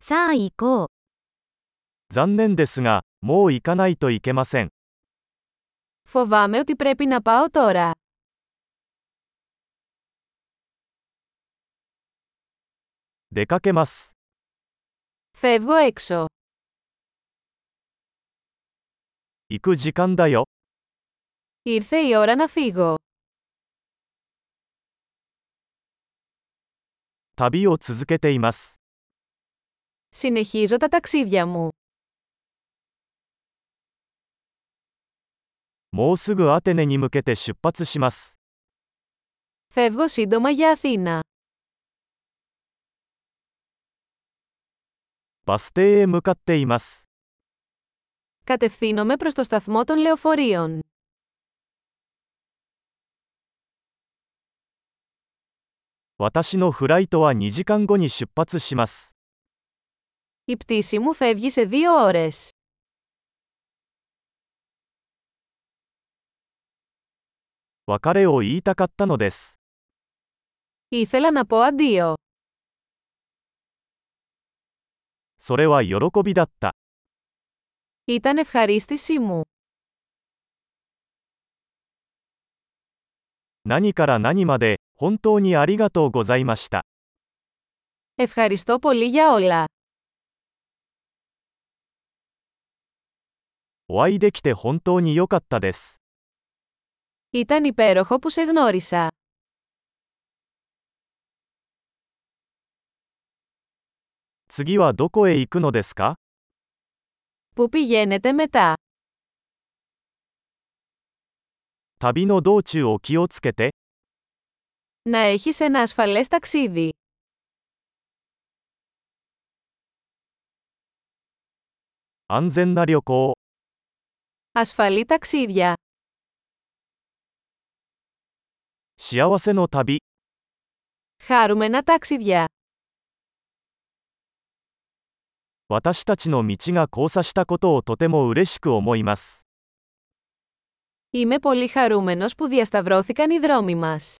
さあ行こう。残念ですが、もう行かないといけません。 Φοβάμαι ότι πρέπει να πάω τώρα. 出かけます。 Φεύγω έξω. 行く時間だよ。 Ήρθε η ώρα να φύγω. 旅を続けています。 Συνεχίζω τα ταξίδια μου. もうすぐアテネに向けて出発します。 Φεύγω σύντομα για Αθήνα. バス停へ向かっています。 Κατευθύνομαι προς το σταθμό των λεωφορείων. 私のフライトは2時間後に出発します。 Η πτήση μου φεύγει σε δύο ώρες. 別れを言いたかったのです。 Ήθελα να πω αντίο. それは喜びだった。 Ήταν ευχαρίστησή μου. 何から何まで、本当にありがとうございました。 Ευχαριστώ πολύ για όλα. お会いできて本当に良かったです。 Ήταν υπέροχο που σε γνώρισα. 次はどこへ行くのですか Πού πηγαίνετε μετά. 旅の道中を気をつけて、 Να έχεις ένα ασφαλές ταξίδι. 安全な旅行を。 Ασφαλή ταξίδια. 幸せの旅、 Χάρουμενα ταξίδια. 私たちの道が交差したことをとても嬉しく思います。 Είμαι πολύ χαρούμενος που διασταυρώθηκαν οι δρόμοι μας.